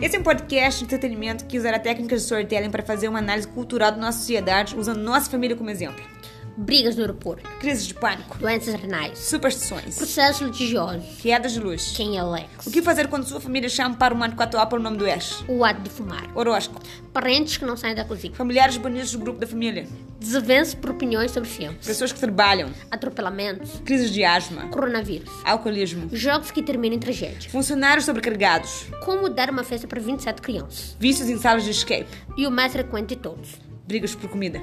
Esse é um podcast de entretenimento que usará técnicas de storytelling para fazer uma análise cultural da nossa sociedade, usando nossa família como exemplo. Brigas no aeroporto, Crises de pânico, doenças renais, superstições, processos religiosos. quedas de luz. Quem é O Lex? que fazer quando sua família chama para um o humano 4A pelo nome do Ash? O ato de fumar. Horóscopo. Parentes que não saem da cozinha. Familiares banidos do grupo da família. Desavenças por opiniões sobre filmes. Pessoas que trabalham. Atropelamentos. Crises de asma. Coronavírus. Alcoolismo. Jogos que terminam em tragédia. Funcionários sobrecarregados. Como dar uma festa para 27 crianças. Vícios em salas de escape. E o mais frequente de todos. Brigas por comida.